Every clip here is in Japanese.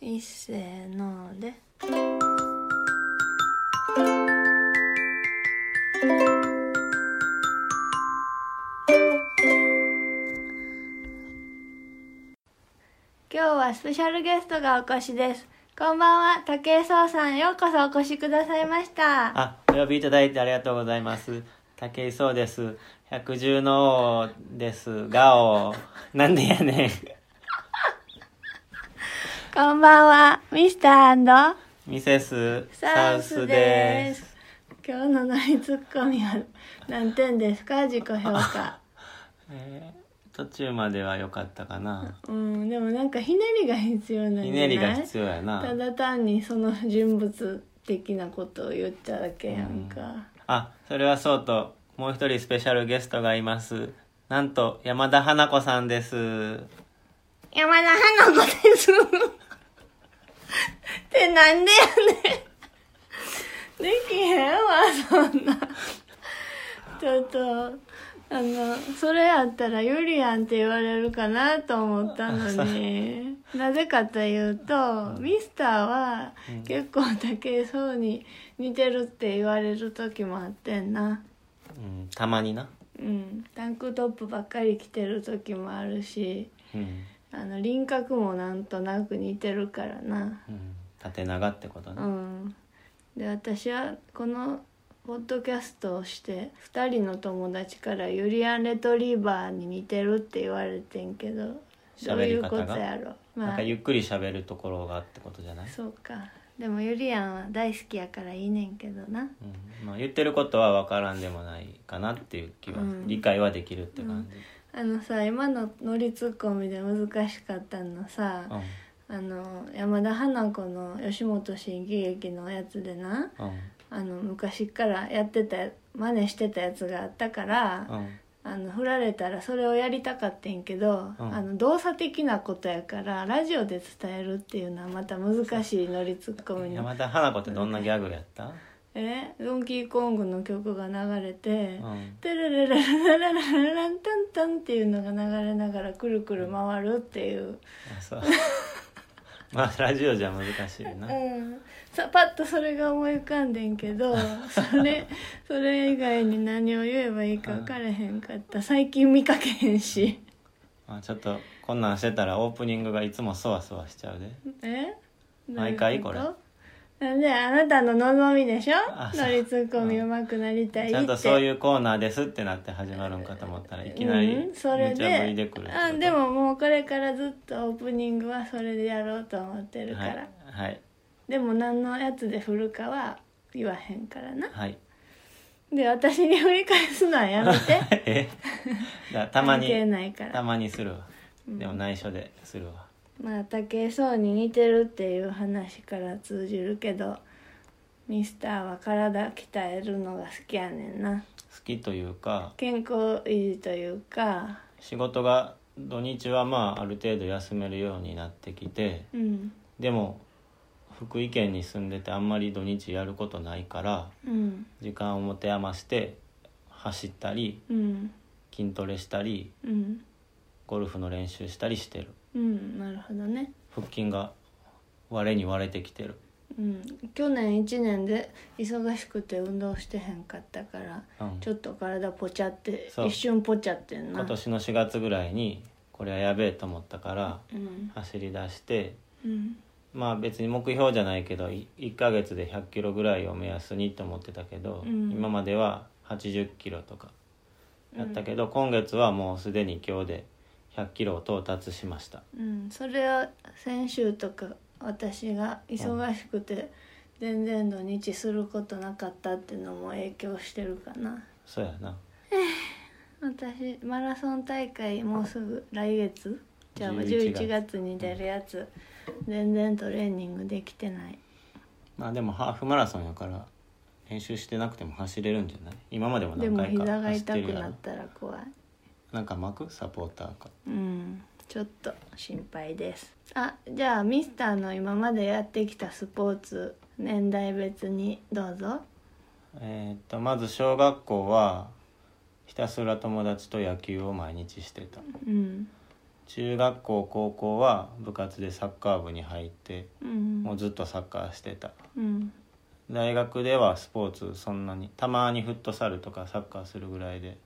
いっせーので今日はスペシャルゲストがお越しですこんばんは武井壮さんようこそお越しくださいましたあ、お呼びいただいてありがとうございます。武井壮です。百獣の王です。ガオ。なんでやねん。こんばんはミスターミセスササウウススでですす。今日のナイツッコミは何点ですか自己評価えー途中までは良かったかな。うんでもなんかひねりが必要なんじゃないひねりが必要やたな。だ単にその人物的なことを言っただけやんか、あ、それはそうと、もう一人スペシャルゲストがいます。なんと、山田花子さんです。山田花子ですってなんでやねんできへんわそんなちょっとあのそれやったらユリアンって言われるかなと思ったのになぜかというとミスターは結構武井壮に似てるって言われる時もあってんなうん、たまにな。うんタンクトップばっかり着てる時もあるしうん。あの輪郭もなんとなく似てるからなうん、縦長ってことうね。んで私はこのポッドキャストをして2人の友達からユリアン・レトリーバーに似てるって言われてんけどどういうこと喋り方がやろなんまあかゆっくり喋るところがってことじゃないそうかでもユリアンは大好きやからいいねんけどなうんまあ、言ってることは分からんでもないかなっていう気は、うん理解はできるって感じ、あのさ今のノリツッコミで難しかったのさ、うんあの山田花子の吉本新喜劇のやつでなうんあの昔からやってた真似してたやつがあったから、うんあの振られたらそれをやりたかってんけど、うんあの動作的なことやからラジオで伝えるっていうのはまた難しいノリツッコミの山田花子ってどんなギャグやった、えドンキーコングの曲が流れてうん「テレレレレレレレレンタンタン」っていうのが流れながらくるくる回るっていう。あそうまあラジオじゃ難しいな、うん、さパッとそれが思い浮かんでんけどそ れそれ以外に何を言えばいいか分からへんかった最近見かけへんし まあ、ちょっとこんなんしてたらオープニングがいつもそわそわしちゃうでえ毎回どういうとなんであなたの望みでしょあそう乗りツッコミうまくなりたいってちゃんとそういうコーナーですってなって始まるんかと思ったらいきなりうん、無それ茶ぶりででくるあでももうこれからずっとオープニングはそれでやろうと思ってるから、はいはい、でも何のやつで振るかは言わへんからなはい、で私に振り返すのはやめ てえじゃあたま関係にないからたまにするわでも内緒でするわ、まあ武井壮に似てるっていう話から通じるけどミスターは体鍛えるのが好きやねんな好きというか健康維持というか仕事が土日はまあある程度休めるようになってきてうんでも福井県に住んでてあんまり土日やることないからうん時間を持て余して走ったりうん筋トレしたりうんゴルフの練習したりしてるうんなるほどね腹筋が割れに割れてきてる、うん去年1年で忙しくて運動してへんかったからうんちょっと体ポチャってそう一瞬ポチャってんな今年の4月ぐらいにこれはやべえと思ったからうん走り出してうんまあ別に目標じゃないけどい1ヶ月で1 0 0キロぐらいを目安にと思ってたけど、うん今までは8 0キロとかやったけど、今月はもうすでに今日で1 0 0キロを到達しましたうん、それは先週とか私が忙しくて全然土日することなかったっていうのも影響してるかなそうやな私マラソン大会もうすぐ来月じゃあ11 11月に出るやつ全然トレーニングできてないまあでもハーフマラソンやから練習してなくても走れるんじゃない今までもで何も回か膝が走って痛るくやなっろたら怖いなんか巻くサポーターかうんちょっと心配ですあじゃあミスターの今までやってきたスポーツ年代別にどうぞえーっとまず小学校はひたすら友達と野球を毎日してたうん中学校高校は部活でサッカー部に入ってうんもうずっとサッカーしてたうん大学ではスポーツそんなにたまにフットサルとかサッカーするぐらいで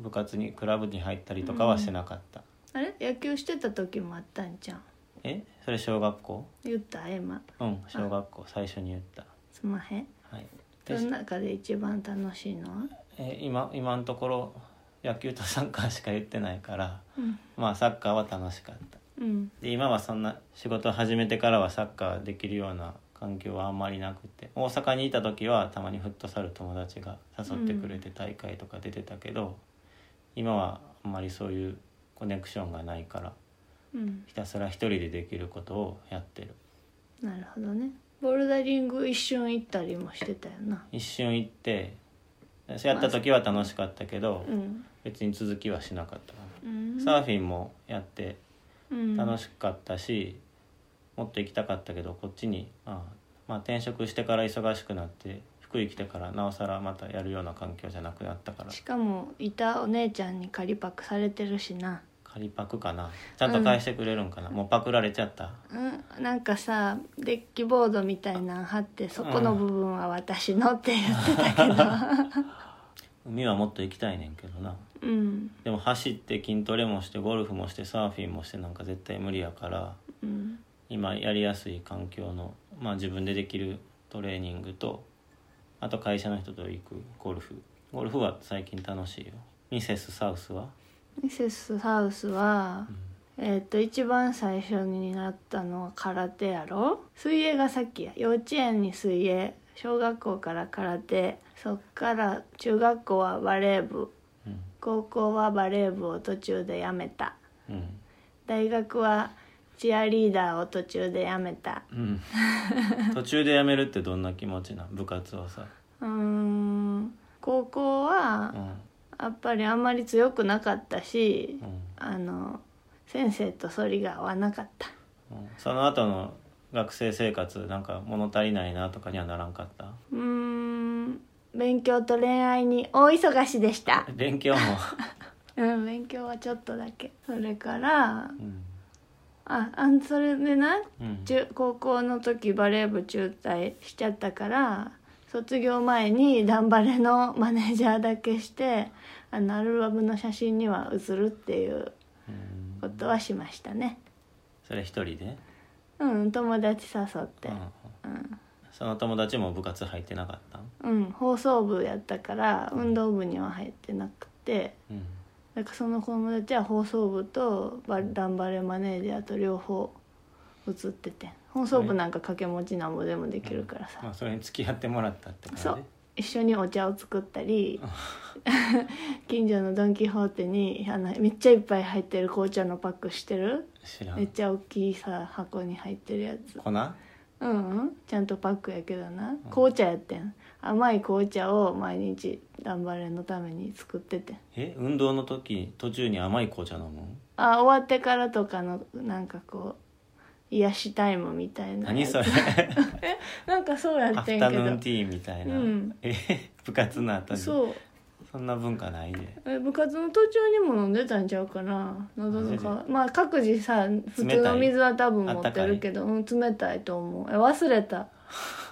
部活にクラブに入ったりとかはしてなかった、あれ野球してた時もあったんじゃんえそれ小学校言った今うん小学校最初に言ったすまへんはいそでの中で一番楽しいのはえ今今のところ野球とサッカーしか言ってないからうんまあサッカーは楽しかったうんで今はそんな仕事始めてからはサッカーできるような環境はあんまりなくて大阪にいた時はたまにフットサル友達が誘ってくれて大会とか出てたけど、今はあんまりそういうコネクションがないからうんひたすら一人でできることをやってるなるほどねボルダリング一瞬行ったりもしてたよな一瞬行ってそうやった時は楽しかったけど、うん別に続きはしなかったかうんなサーフィンもやってうん楽しかったし、もっと行きたかったけどこっちにあまあ転職してから忙しくなって福井来てからなおさらまたやるような環境じゃなくなったからしかもいたお姉ちゃんに借りパクされてるしな仮パクかなちゃんと返してくれるんかな、もうパクられちゃったうん、なんかさデッキボードみたいなの貼ってそこの部分は私のって言ってたけど海はもっと行きたいねんけどなうんでも走って筋トレもしてゴルフもしてサーフィンもしてなんか絶対無理やからうん今やりやすい環境の、まあ、自分でできるトレーニングとあと会社の人と行くゴルフゴルフは最近楽しいよミセスサウスはミセスハウスは、えっと一番最初になったのは空手やろ水泳がさっきや幼稚園に水泳小学校から空手そっから中学校はバレー部うん高校はバレー部を途中でやめたうん大学はチアリーダーを途中でやめたうん途中で辞めるってどんな気持ちなん部活をさ、うーん高校はうんやっぱりあんまり強くなかったし、うんあの先生と反りが合わなかったうん、その後の学生生活なんか物足りないなとかにはならんかったうーん勉強と恋愛に大忙しでした勉強も、うん勉強はちょっとだけそれからうんああんそれでなうん、中高校の時バレー部中退しちゃったから卒業前にダンバレのマネージャーだけしてあのアルバムの写真には写るっていううんことはしましたねそれ一人で、うん友達誘ってうんうん、その友達も部活入ってなかったん、うん、放送部やったから運動部には入ってなくてうんだからその友達は放送部とバダンバレマネージャーと両方写ってて放送部なんか掛け持ちなんぼでもできるからさ、まあ、それに付き合ってもらったって感じそう一緒にお茶を作った り近所のドン・キホーテにあのめっちゃいっぱい入ってる紅茶のパックしてる知らめっんちゃ大きいさ箱に入ってるやつ粉あうん、うん、ちゃんとパックやけどな紅茶やってん甘い紅茶を毎日ダンバレのために作っててんえ運動の時途中に甘い紅茶飲むんあ終わってからとかのなんかこう癒しタイムみたいな何やつ それなんかそうやアってフんタヌーンけティーみたいな、うんえ 部活の後どにそうそんな文化ないでえ部活の途中にも飲んでたんちゃうかな喉とマかまあ各自さ普通の水は多分持ってるけどうん冷たいと思うえ忘れた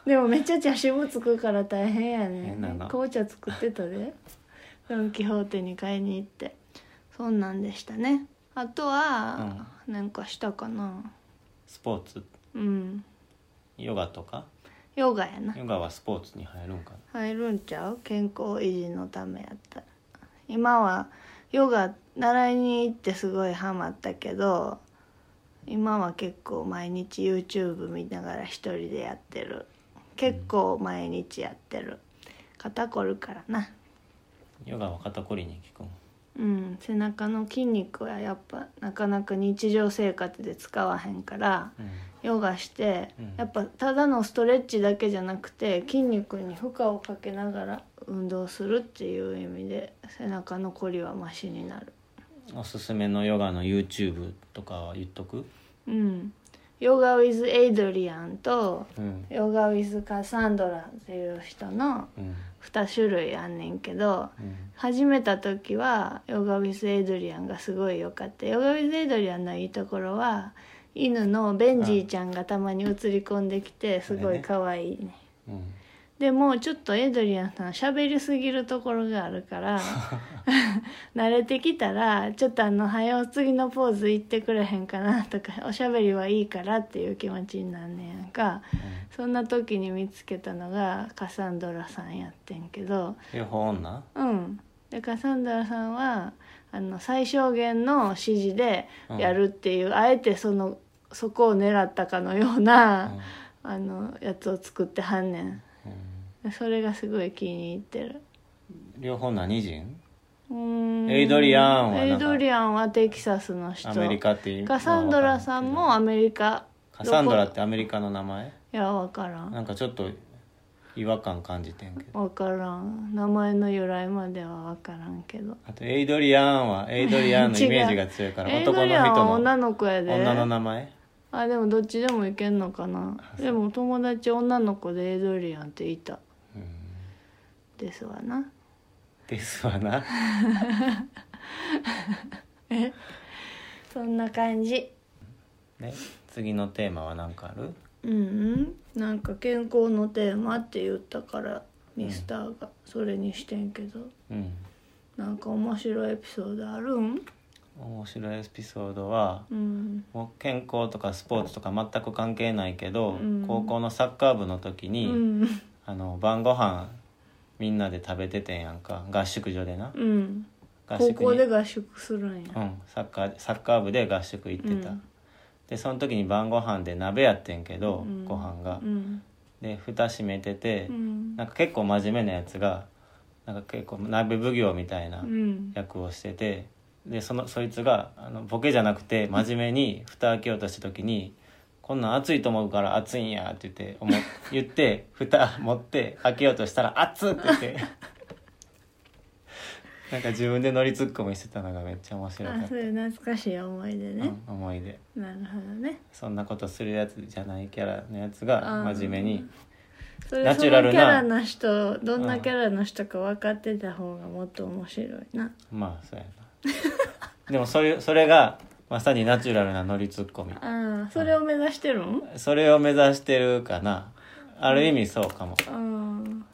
でもめっちゃ茶渋つくから大変やね変なの紅茶作ってた でドン・キホーテに買いに行ってそんなんでしたねあとは、なんかしたかなスポーツうんヨガとかヨガやなヨガはスポーツに入るんかな入るんちゃう健康維持のためやったら今はヨガ習いに行ってすごいハマったけど今は結構毎日 YouTube 見ながら一人でやってる結構毎日やってる肩こるからなヨガは肩こりに効くんうん背中の筋肉はやっぱなかなか日常生活で使わへんからうんヨガして、うんやっぱただのストレッチだけじゃなくて筋肉に負荷をかけながら運動するっていう意味で背中のこりはマシになるおすすめのヨガの YouTube とかは言っとくうんヨガ with エイドリアンとうんヨガ with カサンドラっていう人のうん2種類あんねんけどうん始めた時はヨガウィズ・エイドリアンがすごい良かったヨガウィズ・エイドリアンのいいところは犬のベンジーちゃんがたまに映り込んできてすごい可愛いねうんでもちょっとエイドリアンさん喋りすぎるところがあるから 慣れてきたらちょっとあの「早う次のポーズ行ってくれへんかな」とか「 おしゃべりはいいから」っていう気持ちになんねやんかそんな時に見つけたのがカサンドラさんやってんけど両方女うんでカサンドラさんはあの最小限の指示でやるっていう、あえてそのそこを狙ったかのよううんな、あのやつを作ってはんねん。うんそれがすごい気に入ってる両方何人うーんエイドリアンはなんかエイドリアンはテキサスの人アメリカっていうカサンドラさんもアメリカカサンドラっどこてアメリカの名前いやわからんなんかちょっと違和感感じてんけどわからん名前の由来まではわからんけどあとエイドリアンはエイドリア ンのイメージが強いからエイ男ドリアンはの人女のの子やで女の名前 あでもどっちでもいけんのかなでも友達女の子でエイドリアンっていたうんですわなですわなそんな感じね次のテーマは何かあるうんうんなんか健康のテーマって言ったからミスターがそれにしてんけど、うんなんか面白いエピソードあるん面白いエピソードはうんもう健康とかスポーツとか全く関係ないけど、うん高校のサッカー部の時うに、んあの晩ご飯みんなで食べててんやんか合宿所でなうん合高宿校にで合宿するんやうん、サッカーサッカー部で合宿行ってた、うんでその時に晩ご飯で鍋やってんけど、うんご飯がうんで蓋閉めてて、うんなんか結構真面目なやつがなんか結構鍋奉行みたいなうん役をしててでそのそいつがあのボケじゃなくて真面目に蓋開けようとした時に「こんなん熱いと思うから熱いんや」って言って 思っ言って蓋持って開けようとしたら「熱っ!」って言って なんか自分で乗りツッコミしてたのがめっちゃ面白かっあたそう、いう懐かしい思い出ね、うん思い出なるほどねそんなことするやつじゃないキャラのやつが真面目にそれナチュラルなそのキャラの人どんなキャラの人か分かってた方がもっと面白いなまあそうやな でもそれそれがまさにナチュラルな乗りツッコミああそれを目指してるんそれを目指してるかなある意味そうかもうん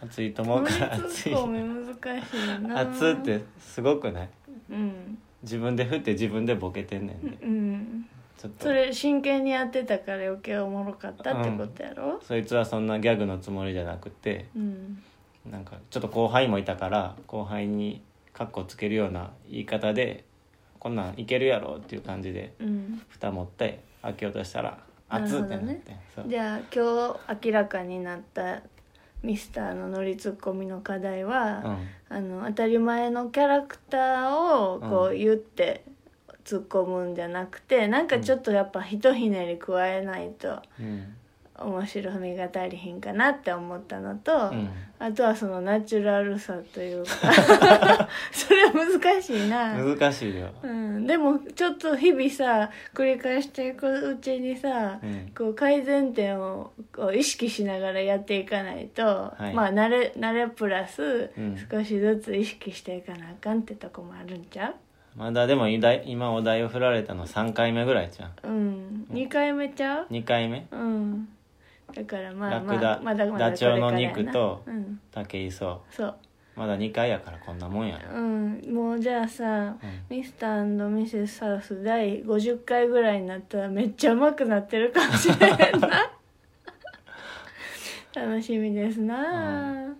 暑いと思乗うりからツ暑いッコミ難しいよな暑ってすごくないうん自分で振って自分でボケてんねんでうんちょっとそれ真剣にやってたから余計おもろかったってことやろ、そいつはそんなギャグのつもりじゃなくてうんなんかちょっと後輩もいたから後輩にカッコつけるような言い方でこんなんいけるやろっていう感じでうん、蓋持って開けようとしたら熱っってななってるほどそうじゃあ今日明らかになったミスターの乗りツッコミの課題うは、んあの当たり前のキャラクターをこううん言って突っ込むんじゃなくて、なんかちょっとやっぱひとひねり加えないとうん面白みが足りひんかなって思ったのと、うんあとはそのナチュラルさと いうかそれは難しいな。難しいよ、うん、でもちょっと日々さ繰り返していくうちにさ、うんこう改善点をこう意識しながらやっていかないと、いまあ慣れ慣れプラス、うん少しずつ意識していかなあかんってとこもあるんちゃまだでもいだ今お題を振られたの3回目ぐらいじゃんううん2回目ちゃう2回目うんだからまあまラあクダまだまだダチョウのこれからやな肉とうん竹磯そうまだ2回やからこんなもんやろうんもうじゃあさ、うんミスターミセスハウス第50回ぐらいになったらめっちゃうまくなってるかもしれない な楽しみですな、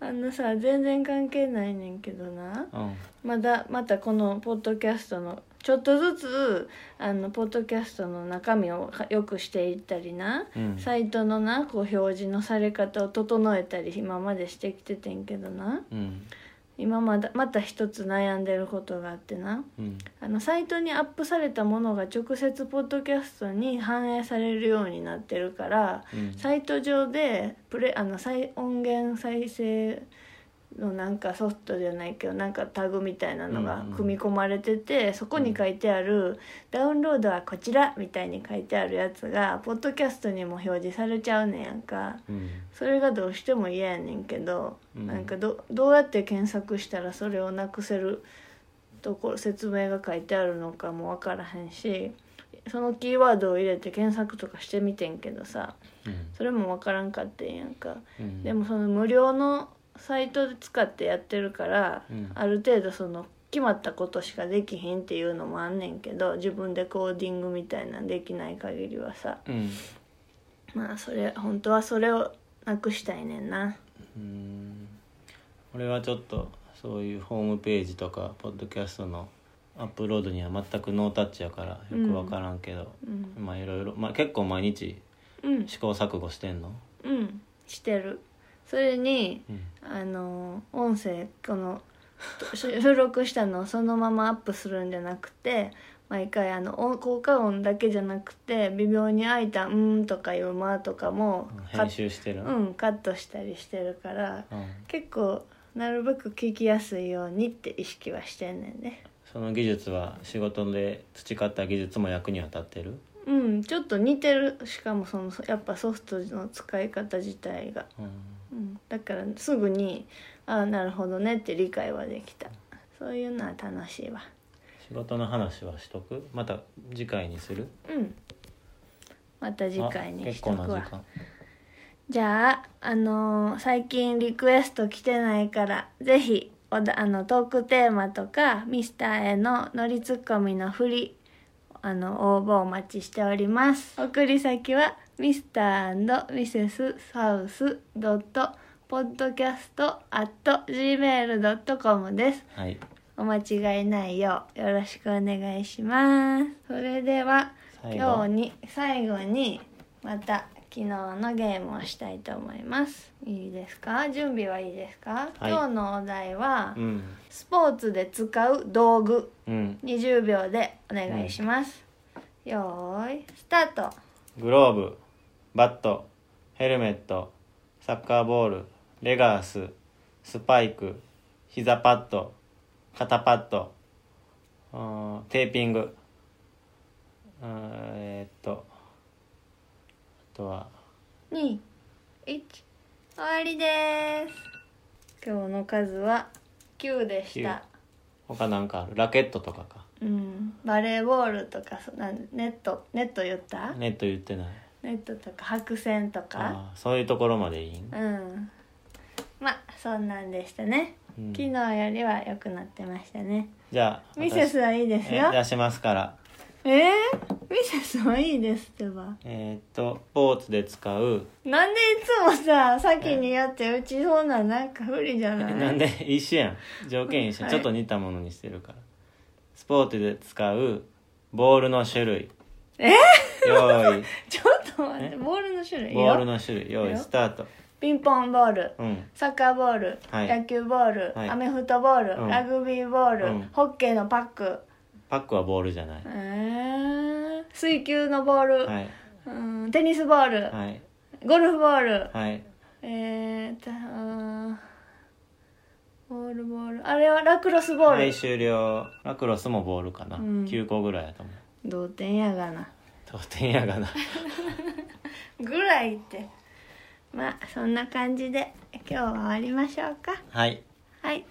あのさ全然関係ないねんけどなうんまだまたこのポッドキャストのちょっとずつあのポッドキャストの中身をよくしていったりな、うんサイトのなこう表示のされ方を整えたり今までしてきててんけどなうん今まだまた一つ悩んでることがあってなうんあのサイトにアップされたものが直接ポッドキャストに反映されるようになってるから、うんサイト上でプレあの再音源再生のなんかソフトじゃないけどなんかタグみたいなのがうんうん組み込まれてて、そこに書いてある、ダウンロードはこちらみたいに書いてあるやつがポッドキャストにも表示されちゃうねんやんかうんそれがどうしても嫌やねんけど、うんなんかどどうやって検索したらそれをなくせるとこ説明が書いてあるのかも分からへんしそのキーワードを入れて検索とかしてみてんけどさうんそれも分からんかってんやんか。うんでもその無料のサイトで使ってやってるから、うんある程度その決まったことしかできひんっていうのもあんねんけど自分でコーディングみたいなんできない限りはさうんまあそれ本当はそれをなくしたいねんなうん俺はちょっとそういうホームページとかポッドキャストのアップロードには全くノータッチやからよく分からんけど、うんまあいろいろ、まあ、結構毎日うん試行錯誤してんの、うんしてるそれにうんあの音声この と収録したのをそのままアップするんじゃなくて毎回あの音効果音だけじゃなくて微妙に開いた「うーん」とかいう「ま」とかもカ編ッ,、集してる、うん、カットしたりしてるからうん結構なるべく聞きやすいようにって意識はしてんねんね。その技術は仕事で培った技術も役には立ってる、うん、ちょっと似てるしかもそのやっぱソフトの使い方自体がうんうん、だからすぐにああなるほどねって理解はできたそういうのは楽しいわ仕事の話はしとくまた次回にするうんまた次回あにし結と構くな時わ間じゃああのー最近リクエスト来てないからぜひおだあのトークテーマとかミスターへの乗りツッコミの振りあの応募お待ちしております送り先は mr&mrs.south.podcast.gmail.com ですはいお間違いないようよろしくお願いしますそれでは最今日後に最後にまた昨日のゲームをしたいと思いますいいですか準備はいいですか、はい今日のお題は、うんスポーツで使う道具うん20秒でお願いします、よーいスタートグローブバットヘルメットサッカーボールレガーススパイク膝パッド肩パッドうんテーピングうんえーっとあとは21終わりです今日の数は9でした他なんかあるラケットとかかうん、バレーボールとかそなんネットネット言ったネット言ってないネットとか白線とかあーそういうところまでいいんうんまあそんなんでしたね、うん昨日よりは良くなってましたねじゃあミセスはいいで私すえよ出しますからえー、ミセスはいいですってばえーっとスポーツで使うなんでいつもさ先にやってうちそうなんなんか不利じゃないなんで一緒やん条件一緒、はいちょっと似たものにしてるからスポーツで使うボールの種類え 用意ちょっと待ってえボールの種類ボールよの種類用いい意よスタートピンポンボールうんサッカーボール、はい野球ボール、はいアメフトボール、うんラグビーボール、うんホッケーのパックパックはボールじゃない、えー水球のボール、はいうんテニスボール、はいゴルフボール、はいえーとあーボールボールあれはラクロスボール、はい終了ラクロスもボールかな、うん9個ぐらいやと思う同点やがな当点やがなぐらいってまあそんな感じで今日は終わりましょうかはいはい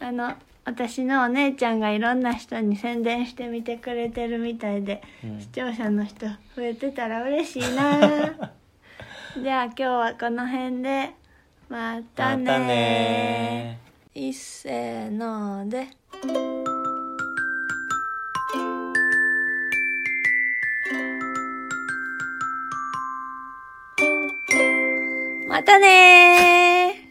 あの私のお姉ちゃんがいろんな人に宣伝してみてくれてるみたいで、うん視聴者の人増えてたら嬉しいな じゃあ今日はこの辺でまたねまたねーいっせーので。またねー